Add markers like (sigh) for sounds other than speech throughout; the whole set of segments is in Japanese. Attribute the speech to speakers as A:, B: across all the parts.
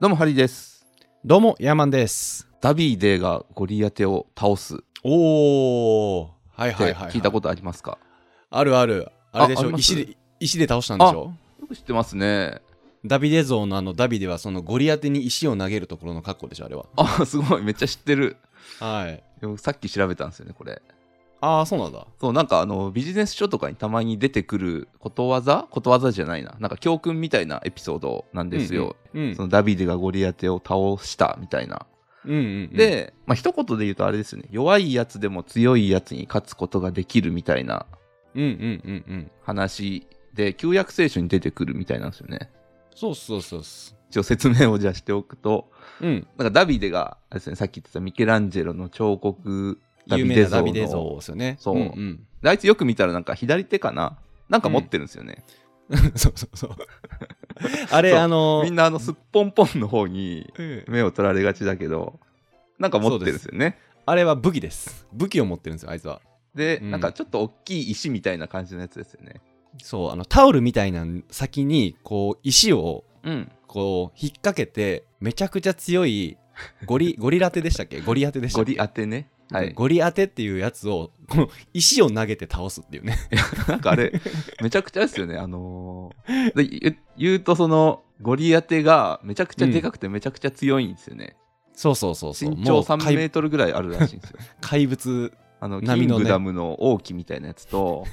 A: どうもハリーです
B: どうも、ヤーマンです。
A: ダビーデーがゴリアテを倒すっ
B: おー、はい
A: て
B: はいはい。
A: 聞いたことありますか、
B: あるある。あれでし
A: ああ
B: ょ
A: ります
B: 石で、石で倒したんでしょ
A: よく知ってますね
B: ダビデ像のあのダビデはそのゴリアテに石を投げるところの格好でしょ、あれは。
A: あすごいめっちゃ知ってる
B: はい。
A: よさっき調べたんですよねこれ
B: ああ、そうなんだ。
A: そうなんかあのビジネス書とかにたまに出てくることわざことわざじゃないななんか教訓みたいなエピソードなんですよ、
B: うんうん。
A: そのダビーデがゴリアテを倒したみたいな
B: うんうんうん、
A: で、まあ一言で言うとあれですよね弱いやつでも強いやつに勝つことができるみたいな
B: うんうんうんうん。
A: 話で旧約聖書に出てくるみたいなんですよね
B: そうそうそうそ
A: 一応説明をじゃあしておくと
B: う。うん。
A: なんかダビデがあれです、ね、さっき言ってたミケランジェロの彫刻
B: 有名なダビ
A: デ
B: デ
A: 像の
B: 像ですよね。
A: そうん
B: ん (laughs)
A: であいつよく見たらなんか左手かななんか持ってるんですよね、
B: そうそうそう。あれ、
A: そう
B: あの
A: みんなあのすっぽんぽんの方に
B: うん
A: 目を取られがちだけどなんか持ってるんですよね
B: あれは武器です。武器を持ってるんですよ、あいつは。
A: で
B: うん
A: なんかちょっと大きい石みたいな感じのやつですよね
B: そう、あの、タオルみたいな先に、こう、石を
A: うん
B: こう引っ掛けてめちゃくちゃ強い
A: (laughs)
B: ゴリゴリラテでしたっけゴリアテでした
A: ゴ
B: っけ
A: リ当てねはい
B: ゴリアテっていうやつをこの石を投げて倒すっていうね
A: (laughs) なんかあ
B: (laughs)
A: れ、めちゃくちゃですよね。あのーで言う言うと、その、ゴリアテがめちゃくちゃでかくてめちゃくちゃ強いんですよね。
B: そうそうそうそう
A: 身長
B: もう
A: 3メー
B: 怪
A: トルぐらいあるらしいんですよ。
B: 怪物
A: あの、キ
B: 波
A: ン
B: のね
A: グダムの王騎みたいなやつ
B: (laughs)
A: と、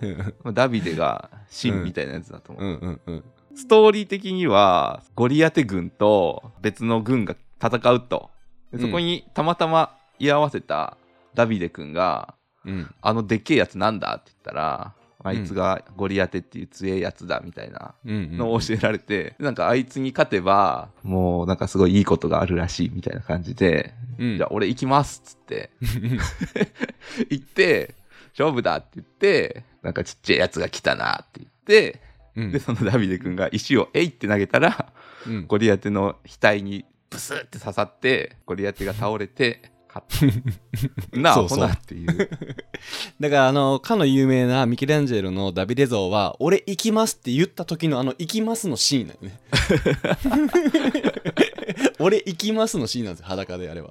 B: うん
A: まあダビデが神みたいなやつだと思う。
B: うんうん
A: ストーリー的には、ゴリアテ軍と別の軍が戦うと。でそこにたまたま居合わせたダビデ君が、
B: うん
A: あのでっけえやつなんだって言ったら、あいつがゴリアテっていう強えやつだみたいな
B: うん
A: のを教えられて、なんかあいつに勝てば、もうなんかすごいいいことがあるらしいみたいな感じで、
B: うん
A: じゃあ俺行きますっつって、
B: うん
A: 行って、勝負だって言って、なんかちっちゃいやつが来たなって言って、
B: うん
A: で、そのダビデ君が石をえいって投げたら、
B: うん
A: ゴリアテの額にブスって刺さって、ゴリアテが倒れて、勝
B: (laughs)
A: った。なあ、
B: そう
A: ほ
B: そう
A: なっていう。
B: だからあのかの有名なミケランジェロのダビデ像は「俺行きます」って言った時のあの「行きます」のシーンだよ
A: (laughs)
B: ね (laughs) 俺行きますのシーンなんですよ裸であれは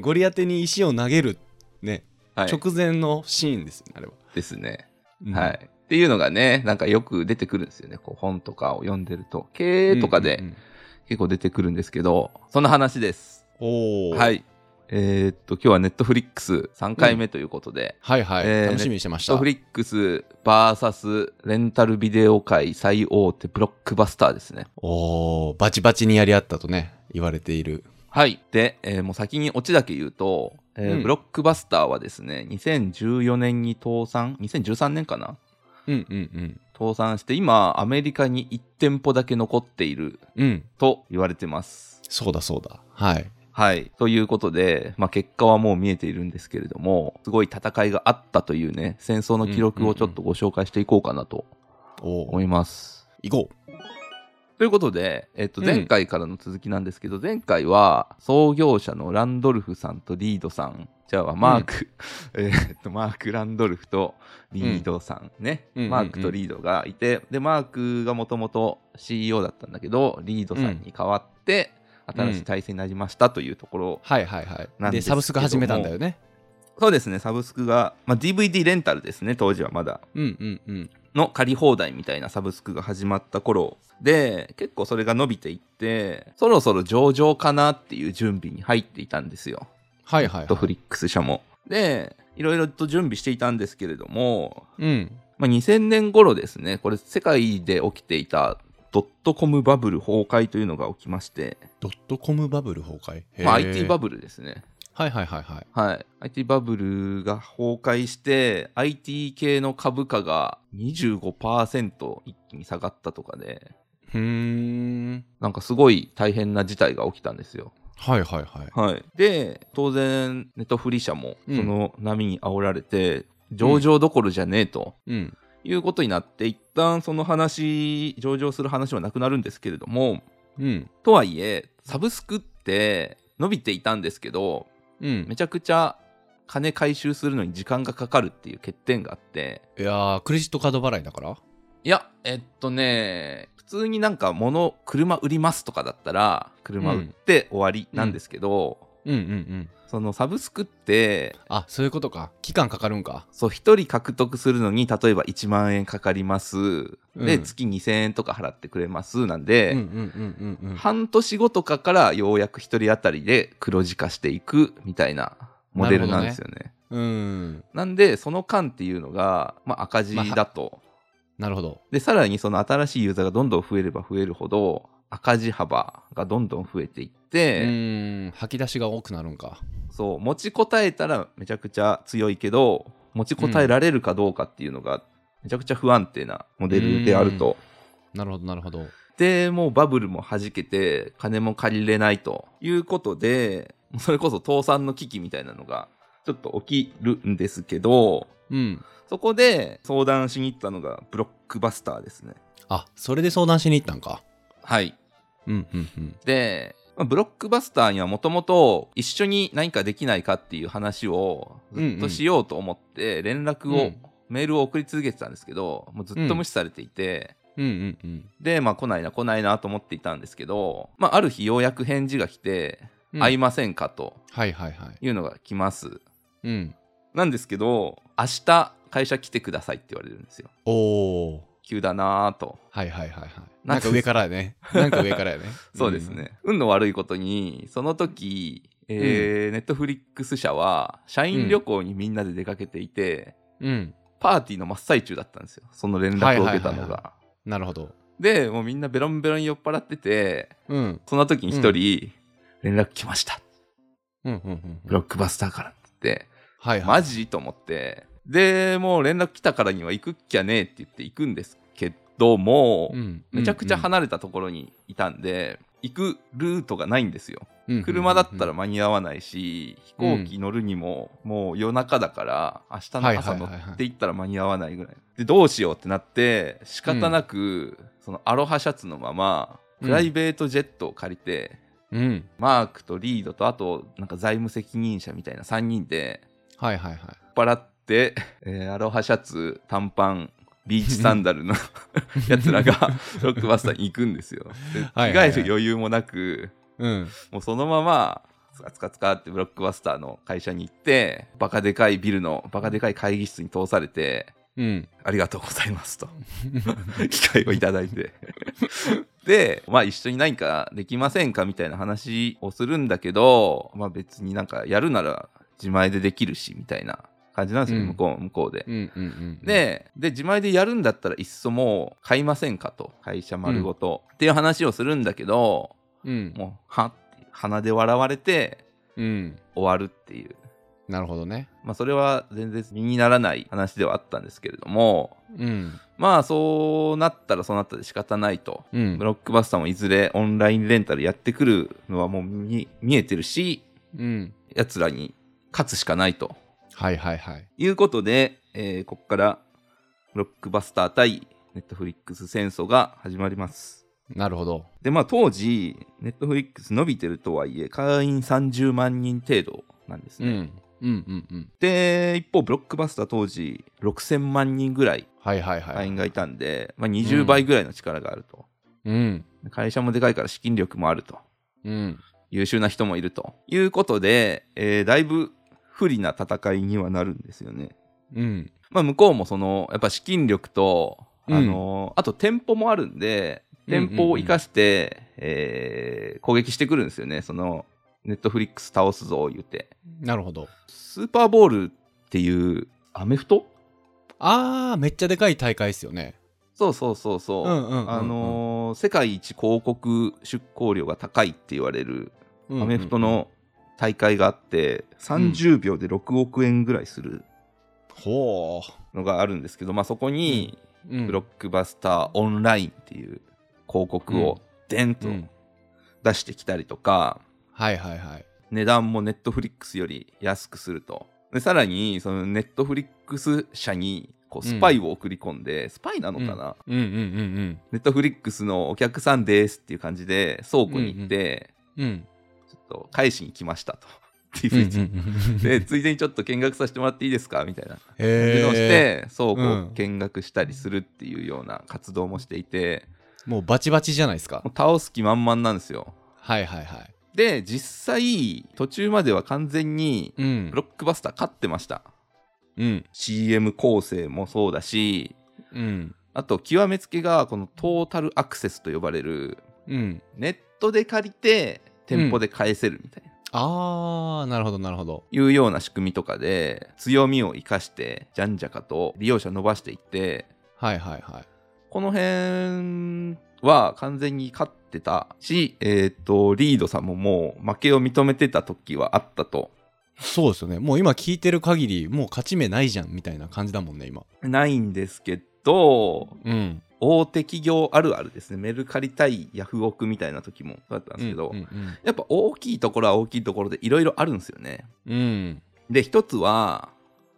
B: ゴリアテに石を投げるね
A: はい。
B: 直前のシーンですよねあれは、
A: ですね。はい。っていうのがね、なんかよく出てくるんですよね。こう本とかを読んでると、経営とかで結構出てくるんですけど、その話です。
B: おおー、
A: はい。えーっと、今日はネットフリックス3回目ということで、
B: はいはい
A: えー
B: 楽しみにしてまし
A: ネッ
B: た
A: トフリックス VS レンタルビデオ界最大手ブロックバスターですね。
B: おおバチバチにやり合ったとね言われている
A: はい。で、えーもう先にオチだけ言うと、えー
B: うん
A: ブロックバスターはですね、2014年に倒産、2013年かな
B: うんうん
A: 倒産して、今、アメリカに1店舗だけ残っている
B: うんうん
A: と言われてます。
B: そうだそうだはい
A: はい。ということで、まあ、結果はもう見えているんですけれども、すごい戦いがあったというね、戦争の記録をちょっとご紹介していこうかなと
B: お
A: 思
B: お
A: います。
B: 行こう
A: ということで、えっと、
B: うん
A: 前回からの続きなんですけど、前回は創業者のランドルフさんとリードさん、じゃあマーク、 (laughs) えっと、マーク・ランドルフとリードさんね、
B: うん
A: マークとリードがいて、で、マークがもともと CEO だったんだけど、リードさんに代わって、新しい体制になりましたというところを、
B: はいはいはい
A: なんで
B: です
A: けども
B: サブスク始めたんだよね
A: そうですね、サブスクが、まあ、DVD レンタルですね、当時はまだ。
B: うんうんうん
A: の借り放題みたいなサブスクが始まった頃で、結構それが伸びていって、そろそろ上場かなっていう準備に入っていたんですよ。
B: はいはい、
A: ドフ
B: は
A: リ
B: い、
A: ックス社も。で、いろいろと準備していたんですけれども、
B: うん
A: まあ、2000年頃ですね、これ世界で起きていたドットコムバブル崩壊というのが起きまして、
B: ドットコムバブル崩壊
A: まあ、IT バ
B: ブ
A: ブルですね。
B: はいはいはいはい
A: はい。IT バブルが崩壊して、IT 系の株価が25%一気に下がったとかで、
B: ふーん
A: なんかすごい大変な事態が起きたんですよ。
B: はいはいはい
A: はい。で、当然、ネットフリ社も
B: うん
A: その波に煽られて、上場どころじゃねえと
B: うん
A: いうことになって、一旦その話、上場する話はなくなるんですけれども、
B: うん
A: とはいえ、サブスクって伸びていたんですけど、
B: うん
A: めちゃくちゃ金回収するのに時間がかかるっていう欠点があって
B: いやークレジットカード払いだから
A: いや、えっとね、普通になんか物、車売りますとかだったら、車売って終わりなんですけど、
B: うんうんうん
A: そのサブスクって、
B: あそういうことか期間かかるんか
A: そう、1人獲得するのに、例えば1万円かかります。で、
B: うん
A: 月2000円とか払ってくれます。なんで、
B: うんうんうんうんうん
A: 半年後とかからようやく1人当たりで黒字化していくみたいなモデルなんですよね。な
B: うん
A: んで、その間っていうのが、まあ、赤字だと。
B: なるほど
A: で、さらにその新しいユーザーがどんどん増えれば増えるほど、赤字幅がどんどん増えていっ
B: う
A: て、
B: ん吐き出しが多くなるんか
A: そう、持ちこたえたらめちゃくちゃ強いけど、持ちこたえられるかどうかっていうのが、めちゃくちゃ不安定なモデルであると。
B: なるほどなるほど
A: で、もうバブルも弾けて、金も借りれないということで、それこそ倒産の危機みたいなのが、ちょっと起きるんですけど、
B: うん
A: そこで相談しに行ったのがブロックバスターですね。
B: あそれで相談しに行ったんか
A: はい。
B: うんうんうん
A: で、まあブロックバスターにはもともと一緒に何かできないかっていう話をずっとしようと思って連絡を、
B: うん
A: メールを送り続けてたんですけどもうずっと無視されていて、
B: うんうん
A: でまあ来ないな来ないなと思っていたんですけど、まあ、ある日ようやく返事が来て「
B: うん
A: 会いませんか?」と
B: はいはいはい
A: いうのが来ます
B: うん
A: なんですけど「明日会社来てください」って言われるんですよ
B: おお
A: 急だなぁと
B: はいはいはいはい
A: な
B: なんん
A: か
B: か上からやねなんか上からやね
A: そうですね、運の悪いことにその時えーネットフリックス社は社員旅行にみんなで出かけていて、
B: うん
A: パーティーの真っ最中だったんですよその連絡を受けたのが、
B: はいはいはいなるほど
A: でもうみんなベロンベロン酔っ払ってて
B: うん
A: その時に一人、連絡来ました
B: うんうんうん
A: ブロックバスターから」って
B: はいはい
A: マジと思ってでもう連絡来たからには行くっきゃねえって言って行くんですけども、
B: うん
A: めちゃくちゃ
B: うん
A: 離れたところにいたんで、行くルートがないんですよ
B: うん
A: 車だった
B: うん
A: ら間に合わないし、飛行機乗るにももう夜中だから明日の
B: はいは
A: 朝
B: い
A: 乗
B: はいはい
A: っていったら間に合わないぐらいでどうしようってなって仕方なく、そのアロハシャツのまま
B: うん
A: プライベートジェットを借りて、
B: うんうん
A: マークとリードとあとなんか財務責任者みたいな3人で
B: はいはいはい
A: 酔っ払って、えーアロハシャツ短パンビーチサンダル
B: (laughs)
A: のやつらがロックバスターに行くんですよ。で着
B: はいはいはい
A: 替える余裕もなく
B: うん
A: もうそのまま、つかつかつかってブロックバスターの会社に行って、バカでかいビルの、バカでかい会議室に通されて、
B: うん
A: ありがとうございます
B: (laughs)
A: と、機会をいただいて。で、まあ一緒に何かできませんかみたいな話をするんだけど、まあ別になんかやるなら自前でできるし、みたいな感じなんですよ、
B: うん
A: 向こう、向こうで。
B: うんうんうん
A: でで自前でやるんだったらいっそもう買いませんかと会社丸ごと、っていう話をするんだけど
B: うん
A: もうはって鼻で笑われて
B: うん
A: 終わるっていう、
B: なるほどね
A: まあ、それは全然身にならない話ではあったんですけれども
B: うん
A: まあそうなったらそうなったで仕方ないと
B: うん
A: ブロックバスターもいずれオンラインレンタルやってくるのはもう見見えてるし
B: うん
A: やつらに勝つしかないと
B: はいはいはい
A: いうことで、えーここからブロックバスター対ネットフリックス戦争が始まります
B: なるほど
A: でまあ当時ネットフリックス伸びてるとはいえ会員30万人程度なんです
B: う
A: ね、
B: んうんうんうん
A: で一方ブロックバスター当時6000万人ぐらい
B: はいはいは
A: 会
B: い
A: 員がいたんで、まあ、20倍ぐらいの力があると、
B: うん
A: 会社もでかいから資金力もあると
B: うん
A: 優秀な人もいるということで、えーだいぶ不利な戦いにはなるんですよね、
B: うん
A: まあ、向こうもそのやっぱ資金力と、
B: うん
A: あのーあと店舗もあるんで店舗を生かして、えー攻撃してくるんですよねそのネットフリックス倒すぞ言って
B: なるほど
A: スーパーボールっていうアメフト
B: あーめっちゃでかい大会っすよね
A: そうそうそうそうう。
B: んうんうんうん
A: あのー世界一広告出稿量が高いって言われる
B: うんうん
A: アメフトの大会があって、30秒で6億円ぐらいする
B: ほう
A: のがあるんですけど、まあ、そこに
B: うん
A: ブロックバスターオンラインっていう広告をデンと
B: うん
A: 出してきたりとか、
B: はいはいはい
A: 値段もネットフリックスより安くすると。でさらにそのネットフリックス社にこうスパイを送り込んで、スパイなのかな、
B: うんうんうん
A: ネットフリックスのお客さんですっていう感じで倉庫に行って、
B: うんうん
A: ちょっと返しに来ましたと。って
B: う
A: いう
B: んうんうんうん
A: でついでにちょっと見学させてもらっていいですかみたいなっていうのをし
B: へえ
A: て倉庫
B: うん
A: を見学したりするっていうような活動もしていて、
B: もうバチバチじゃないですか
A: もう倒す気満々なんですよ
B: はいはいはい
A: で実際途中までは完全に
B: うん
A: ブロックバスター勝ってました
B: うん
A: CM 構成もそうだし
B: うん
A: あと極めつけがこのトータルアクセスと呼ばれる
B: うん
A: ネットで借りて店舗で返せるみたいな、
B: あーなるほどなるほど
A: いうような仕組みとかで強みを生かしてじゃんじゃかと利用者伸ばしていって
B: はいはいはい
A: この辺は完全に勝ってたし、えっ、と、リードさんももう負けを認めてた時はあったと。
B: そうですよねもう今聞いてる限りもう勝ち目ないじゃんみたいな感じだもんね今
A: ないんですけど、
B: うん
A: 大手企業あるあるですね。メルカリ対ヤフオクみたいな時もそうだったんですけど、
B: うんうん
A: やっぱ大きいところは大きいところでいろいろあるんですよね。
B: うん
A: で、一つは、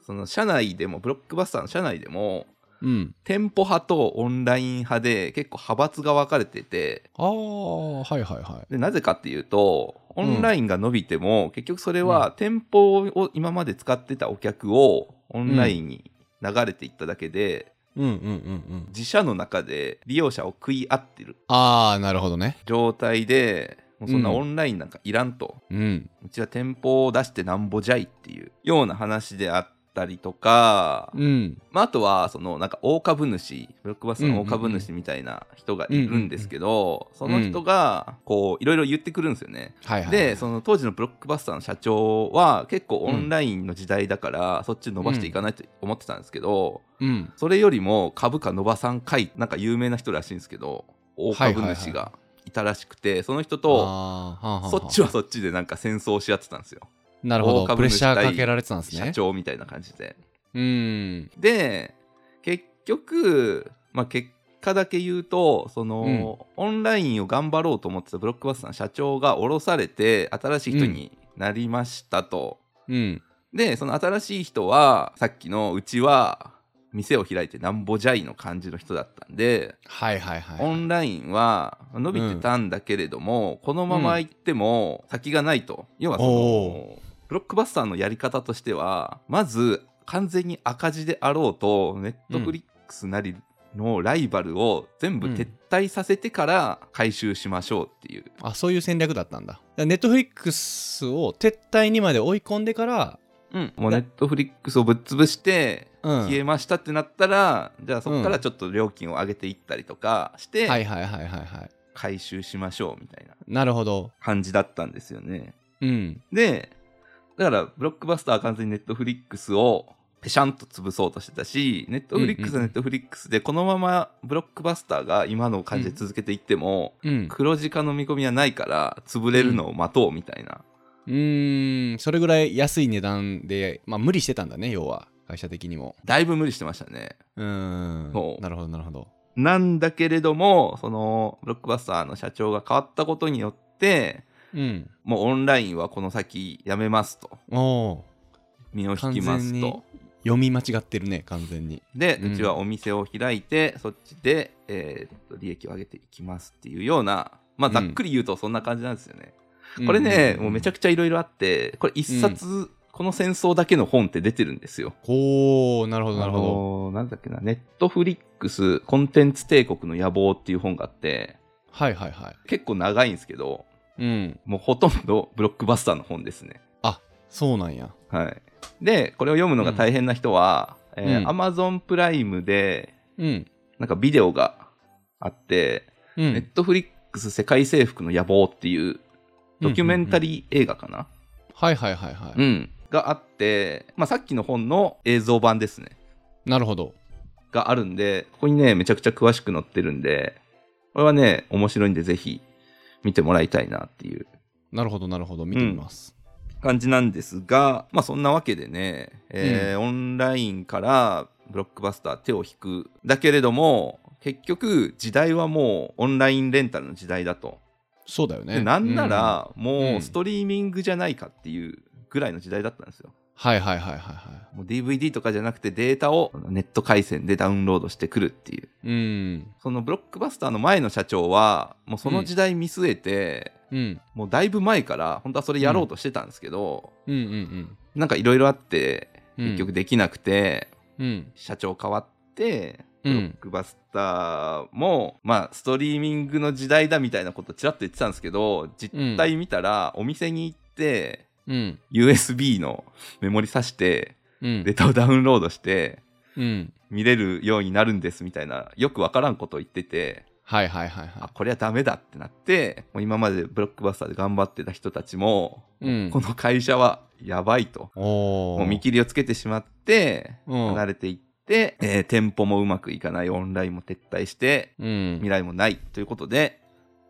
A: その社内でも、ブロックバスターの社内でも、
B: うん
A: 店舗派とオンライン派で結構派閥が分かれてて、
B: ああはいはいはい
A: でなぜかっていうとオンラインが伸びても、結局それは店舗を今まで使ってたお客をオンラインに流れていっただけで、
B: うんうんうんうん
A: 自社の中で利用者を食い合ってる
B: ああなるほどね
A: 状態でもうそんな
B: うん
A: オンラインなんかいらんと、
B: うん
A: うちは店舗を出してなんぼじゃいっていうような話であったりとか、
B: うん
A: まあ、あとはそのなんか大株主ブロックバスターの大株
B: うんうん
A: 主みたいな人がいるんですけど、
B: んうんう
A: そ
B: ん
A: の人がこういろいろ言ってくるんですよね。
B: はいはい
A: でその当時のブロックバスターの社長は結構オンラインの時代だから、そっち伸ばしていかないと思ってたんですけど、
B: うん
A: それよりも株価伸ばさん回なんか有名な人らしいんですけど大株主がいたらしくて、その人と
B: あーはんはんはん
A: そっちはそっちでなんか戦争し合ってたんですよ、
B: なる
A: 大
B: ほど
A: 株主
B: プレッシャーかけられてたんですね
A: 社長みたいな感じで。
B: うん
A: で結局、まあ、結果だけ言うとその、オンラインを頑張ろうと思ってたブロックバスターの社長が降ろされて新しい人になりましたと。
B: うん
A: でその新しい人はさっきのうちは店を開いてなんぼじゃいの感じの人だったんで、
B: はいはいはい
A: オンラインは伸びてたんだけれども、このまま行っても先がないと、要はそ
B: お
A: のブロックバスターのやり方としてはまず完全に赤字であろうとネットフリックスなりのライバルを全部撤退させてから回収しましょうっていう、
B: あそういう戦略だったんだネットフリックスを撤退にまで追い込んでから、
A: うんもうネットフリックスをぶっ潰して
B: うん、
A: 消えましたってなったら、じゃあそこからちょっと料金を上げていったりとかして、
B: はいはいはいはいはい
A: 回収しましょうみたいな
B: なるほど
A: 感じだったんですよね。
B: うん
A: でだからブロックバスターは完全にネットフリックスをぺしゃんと潰そうとしてたしネットフリックスは
B: うんうん
A: ネットフリックスでこのままブロックバスターが今の感じで続けていっても、
B: うん
A: 黒字化の見込みはないから潰れるのを待とうみたいな、
B: うーんそれぐらい安い値段で、まあ、無理してたんだね要は会社的にも
A: だいぶ無理してましたね。
B: うーん
A: そう
B: なるほどなるほど
A: なんだけれどもそのブロックバスターの社長が変わったことによって
B: うん
A: もうオンラインはこの先やめますと
B: おお
A: 身を引
B: ー完
A: きま
B: 全
A: す
B: に
A: と
B: 読み間違ってるね完全に
A: で、
B: う
A: うんちはお店を開いてそっちで、えーっと利益を上げていきますっていうようなまあざっくり言うとそんな感じなんですよね、これね、もうめちゃ
B: くち
A: くちゃいろいろあってこれ一冊、この戦争だけの本って出てるんですよ
B: ゃおおなるほどなるほ
A: あ
B: ど
A: のーなんだっけなネットフリックスコンテンツ帝国の野望っていう本があって
B: はいはいはい
A: 結構長いんですけど
B: うん
A: もうほとんどブロックバスターの本ですね。
B: そうなんや
A: はい、でこれを読むのが大変な人は、
B: ん
A: えー
B: うん
A: Amazon プライムで
B: うん
A: なんかビデオがあって、
B: う
A: ネッ
B: ん
A: トフリックス世界征服の野望っていうドキュメンタリー映画かな、
B: はいはいはいはい、
A: うんがあって、まあ、さっきの本の映像版ですね
B: なるほど
A: があるんでここにねめちゃくちゃ詳しく載ってるんでこれはね面白いんでぜひ見てもらいたいなっていう
B: なるほどなるほど見てみます、
A: 感じなんですが、まあ、そんなわけでね、えーオンラインからブロックバスター手を引くだけれども結局時代はもうオンラインレンタルの時代だと。
B: そうだよね
A: でなんな、らも
B: うん
A: うストリーミングじゃないかっていうぐらいの時代だったんですよ。
B: うんはいはいはいはいは
A: もう DVD とかじゃなくてデータをネット回線でダウンロードしてくるっていう。
B: いうん
A: そのブロックバスターの前の社長はもうその時代見据えて、
B: うん
A: もうだいぶ前から本当はそれやろうとしてたんですけど、
B: うんうん
A: なんかいろいろあって
B: うん
A: 結局できなくて、
B: うん
A: 社長変わって
B: う
A: ブ
B: ん
A: ロックバスターも、まあストリーミングの時代だみたいなことちらっと言ってたんですけど実態見たらお店に行って
B: うん
A: USB のメモリ挿して
B: うん
A: データをダウンロードして
B: うん
A: 見れるようになるんですみたいなよくわからんことを言ってて
B: はいはいはいは
A: あ
B: い
A: これはダメだってなってもう今までブロックバスターで頑張ってた人たちも、
B: うん
A: この会社はやばいと
B: おお
A: もう見切りをつけてしまって
B: うん
A: 離れていって、えー店舗もうまくいかないオンラインも撤退して
B: うん
A: 未来もないということで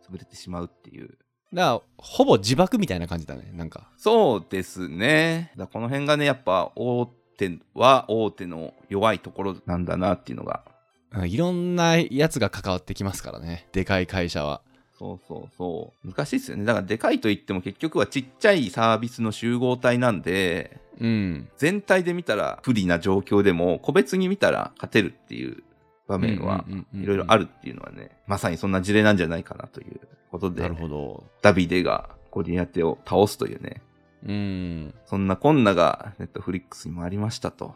A: 潰れてしまうっていう
B: だからほぼ自爆みたいな感じだねなんか
A: そうですねだからこの辺がねやっぱ大手は大手の弱いところなんだなっていうのが
B: うんいろんなやつが関わってきますからねでかい会社は
A: そうそうそう難しいですよねだからでかいといっても結局はちっちゃいサービスの集合体なんで
B: うん
A: 全体で見たら不利な状況でも個別に見たら勝てるっていう場面は
B: うん
A: いろいろあ
B: る
A: るっていうのはねまさにそんな事例なんじゃないかなということで
B: なるほど
A: ダビデがゴリアテを倒すというね
B: うん
A: そんなこんながネットフリックスにもありましたと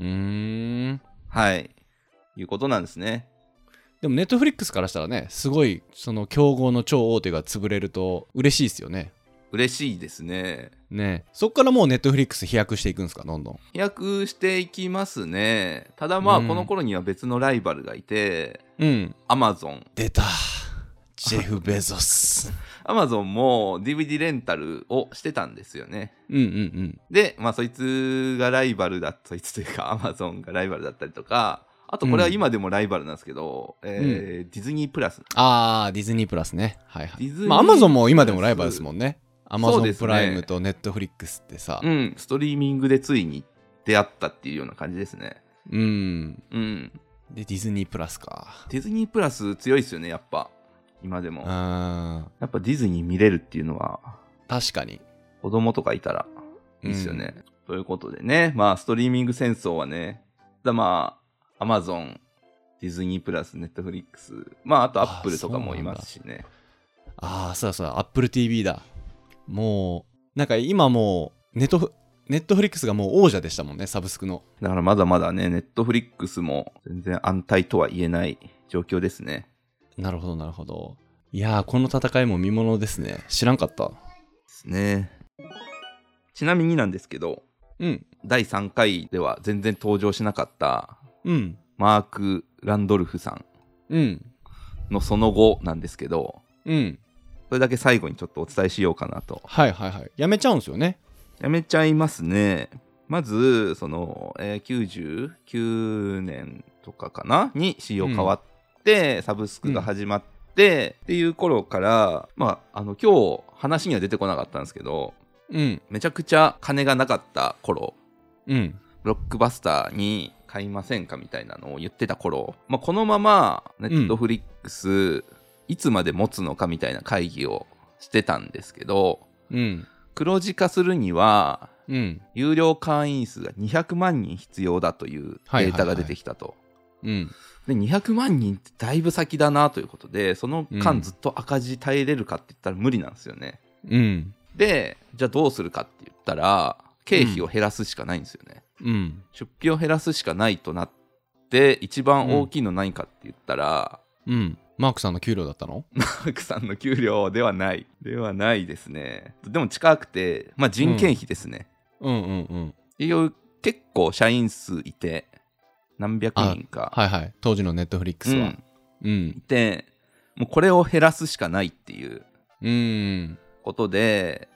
B: うーん
A: はいいうことなんですね
B: でもネットフリックスからしたらねすごいその競合の超大手が潰れると嬉しいですよね
A: 嬉しいですね
B: ねそっからもうネットフリックス飛躍していくんですかどんどん
A: 飛躍していきますねただまあ
B: うん
A: この頃には別のライバルがいて、
B: うん
A: アマゾン
B: 出たジェフ・ベゾス
A: アマゾンも DVD レンタルをしてたんですよね
B: (laughs) うんうん
A: でまあそいつがライバルだそいつというかア (laughs) マゾンがライバルだったりとかあとこれは今でもライバルなんですけど、えーディズニープラス
B: あーディズニープラスねはいは
A: ディ
B: い
A: ズニー
B: まあアマゾンも今でもライバルですもんねアマ
A: そ
B: ゾ
A: うで
B: ン
A: すね
B: プライムとネットフリックスってさう,、
A: うん、ストリーミングでついに出会ったっていうような感じですね。
B: ん
A: うん。
B: でディズニープラスか
A: ディズニープラス強いですよね、やっぱ。今でも。
B: うん
A: やっぱディズニー見れるっていうのは、
B: 確かに
A: 子供とかいたらいいですよね。ということでね、まあ、ストリーミング戦争はね、だまあ、アマゾン、ディズニープラス、ネットフリックス、まあ、あとアップルとかもいますしね。
B: ああそうだそうだ AppleTV だもうなんか今もうネットフネットフリックスがもう王者でしたもんねサブスクの
A: だからまだまだね、ネットフリックスも全然安泰とは言えない状況ですね。
B: なるほどなるほどいやーこの戦いも見ものですね知らんかった
A: ですね。ちなみになんですけど、
B: うん
A: 第3回では全然登場しなかった
B: うん
A: マーク・ランドルフさん
B: うん
A: のその後なんですけど
B: うん
A: それだけ最後にちょっとお伝えしようかなと
B: はいはいはいやめちゃうんですよね
A: やめちゃいますねまずその、えー99年とかかなに C を変わって、サブスクが始まって、っていう頃からまああの今日話には出てこなかったんですけど
B: うん
A: めちゃくちゃ金がなかった頃
B: うん
A: ブロックバスターに買いませんかみたいなのを言ってた頃、まあ、このままネットフリックス、いつまで持つのかみたいな会議をしてたんですけど
B: うん
A: 黒字化するには
B: うん
A: 有料会員数が200万人必要だというデ
B: はいはいはい
A: ータが出てきたと。
B: うん
A: で200万人ってだいぶ先だなということでその
B: うん
A: 間ずっと赤字耐えれるかって言ったら無理なんですよね。
B: うん
A: でじゃあどうするかって言ったら経費を減らすしかないんですよね。
B: うん
A: 出費を減らすしかないとなって一番大きいの何かって言ったら、
B: うんマークさんの給料だったの
A: マークさんの給料ではないではないですねでも近くて、まあ、人件費ですね、
B: うんうんうん
A: っていう結構社員数いて何百人か、
B: はいはい当時のネットフリックス
A: う
B: は
A: ん
B: うん
A: いてもうこれを減らすしかないっていう
B: うん
A: ことで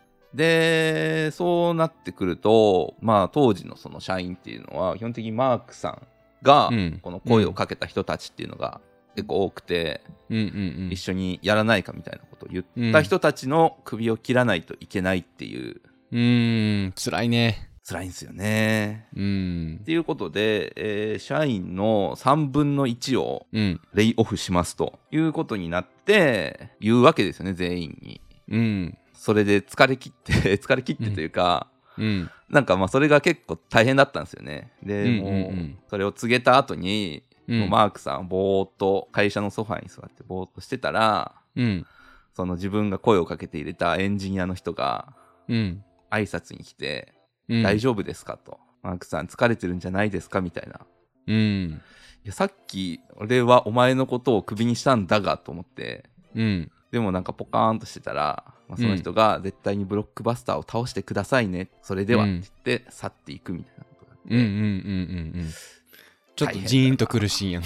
A: でそうなってくるとまあ当時のその社員っていうのは基本的にマークさんが
B: うん
A: この声をかけた人たちっていうのが結構多くて、
B: うんうん
A: 一緒にやらないかみたいなことを言った人たちの首を切らないといけないっていう、
B: うんうん辛いね
A: 辛いんですよね。
B: うん
A: っていうことで、えー社員の3分の1を
B: うん
A: レイオフしますということになって言うわけですよね全員に。
B: うん
A: それで疲れ切って (laughs) 疲れ切ってというか、
B: うん
A: なんかまあそれが結構大変だったんですよね。で、
B: うんうん
A: も
B: う
A: うんそれを告げた後に、
B: うん
A: もうマークさんぼーっと会社のソファに座ってぼーっとしてたら
B: うん
A: その自分が声をかけて入れたエンジニアの人が
B: うん。
A: 挨拶に来て、
B: うん
A: 大丈夫ですかと。マークさん疲れてるんじゃないですかみたいな。
B: うん。
A: いや、さっき俺はお前のことをクビにしたんだがと思って、
B: うん。
A: でもなんかポカーンとしてたら、まあ、その人が絶対にブロックバスターを倒してくださいね。それではっ
B: う
A: て
B: ん
A: 言って去っていくみたいなことがあって。
B: うんうんうんうんうん。ちょっとジーンと苦しいやん。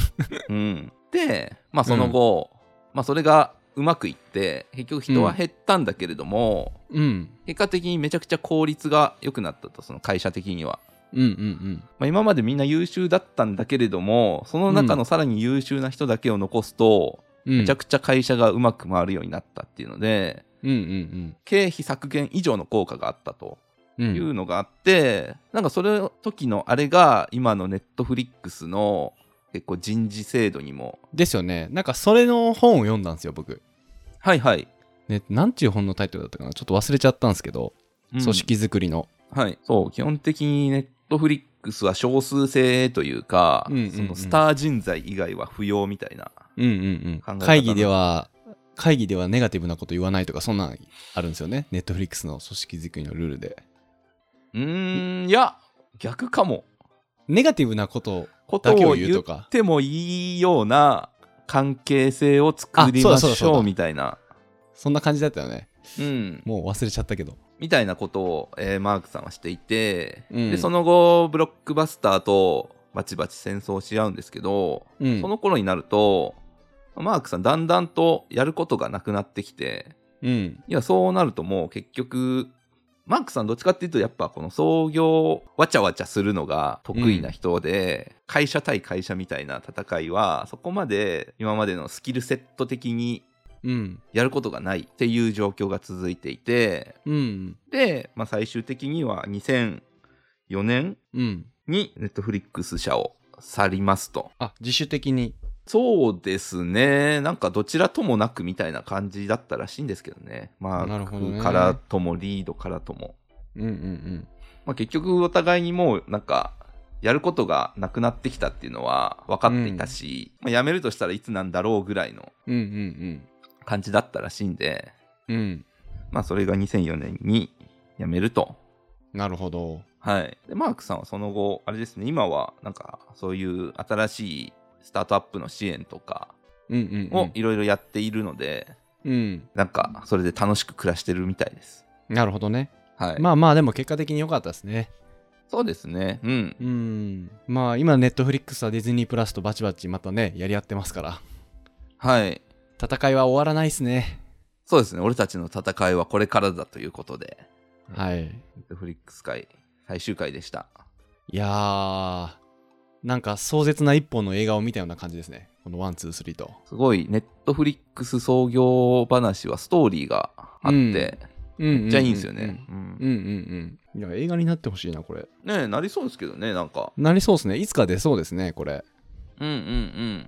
A: うん、で、まあ、その後、まあ、それがうまくいって結局人は減ったんだけれども、
B: うん。
A: 結果的にめちゃくちゃ効率が良くなったとその会社的には、
B: うんうん
A: まあ、今までみんな優秀だったんだけれどもその中のさらに優秀な人だけを残すと、
B: うん。
A: めちゃくちゃ会社がうまく回るようになったっていうので
B: うんうん
A: 経費削減以上の効果があったと
B: うん。うん。
A: いうのがあって、なんかそれ時のあれが今のネットフリックスの結構人事制度にも
B: ですよね。なんかそれの本を読んだんですよ、僕。
A: はいはい、
B: ね、なんちゅう本のタイトルだったかなちょっと忘れちゃったんですけど、
A: うん
B: 組織づくりの。
A: はい、そう基本的にネットフリックスは少数制というか、
B: うんうんうん
A: そのスター人材以外は不要みたいな
B: うんうん
A: 考
B: う
A: え
B: ん。
A: 方
B: 会議では、会議ではネガティブなこと言わないとか、そんなんあるんですよね。ネットフリックスの組織づくりのルールで。
A: うーんいや逆かも
B: ネガティブなこと
A: こと
B: だけ
A: を
B: を言う
A: 言
B: と
A: っ
B: か。
A: てもいいような関係性を作りま
B: あそうだ
A: し
B: そうだそう
A: ょ
B: だ
A: うみたいな
B: そんな感じだったよね。
A: うん
B: もう忘れちゃったけど。
A: みたいなことを、えーマークさんはしていて、
B: うん
A: でその後ブロックバスターとバチバチ戦争し合うんですけど、
B: うん。
A: その頃になるとマークさんだんだんとやることがなくなってきて
B: うん。
A: いや、そうなるともう結局、マークさんどっちかっていうとやっぱこの創業わちゃわちゃするのが得意な人で、会社対会社みたいな戦いはそこまで今までのスキルセット的に
B: うん。
A: やることがないっていう状況が続いていて
B: うん。
A: で、まあ、最終的には2004年
B: うん。
A: にネットフリックス社を去りますと
B: あ、自主的に。
A: そうですねなんかどちらともなくみたいな感じだったらしいんですけどねマ
B: なるほど
A: ー
B: ね
A: クからともリードからとも、
B: うんうん
A: まあ、結局お互いにもうなんかやることがなくなってきたっていうのは分かっていたし、まあ、辞めるとしたらいつなんだろうぐらいの
B: うん。うん
A: 感じだったらしいんで、
B: うんうん。うん。
A: まあ、それが2004年に辞めると。
B: なるほど。
A: はい、でマークさんはその後あれですね今はなんかそういう新しいスタートアップの支援とか
B: うんうん、うん。
A: をいろいろやっているので、
B: うん。
A: なんかそれで楽しく暮らしてるみたいです。
B: なるほどね。
A: はい、
B: まあまあ、でも結果的に良かったですね。
A: そうですね、うん、
B: うん。まあ、今、ネットフリックスはディズニープラスとバチバチまたね、やり合ってますから。
A: はい
B: 戦いは終わらないですね。
A: そうですね俺たちの戦いはこれからだということで
B: はい。
A: ネットフリックス会最終回でした。
B: いやー、なんか壮絶な一本の映画を見たような感じですね。このワン、ツー、スリーと。
A: すごい、ネットフリックス創業話はストーリーがあって、
B: うん
A: めっちゃいいんですよね。うん
B: うんうんうん。いや、映画になってほしいな、これ。
A: ねえ、なりそうですけどね、なんか。
B: なりそうですね。いつか出そうですね、これ。
A: うんうんうん。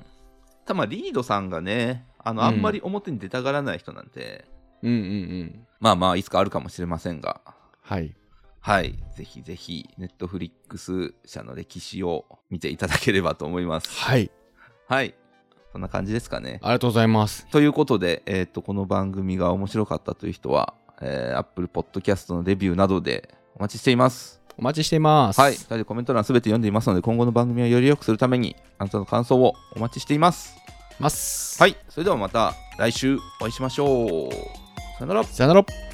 A: たまリードさんがね、あの、
B: うん
A: あんまり表に出たがらない人なんで、
B: うんうんうん。
A: まあまあ、いつかあるかもしれませんが、
B: はい。
A: はい、ぜひぜひ、ネットフリックス社の歴史を見ていただければと思います。
B: はい。
A: はい、そんな感じですかね。
B: ありがとうございます。
A: ということで、えー、とこの番組が面白かったという人は、えー、Apple Podcast のレビューなどでお待ちしています。
B: お待ちしています。
A: はい、2人でコメント欄すべて読んでいますので、今後の番組をより良くするために、あなたの感想をお待ちしています。
B: ます。。
A: はいい、それではまた来週お会いしましょう。さよなら。
B: さよなら。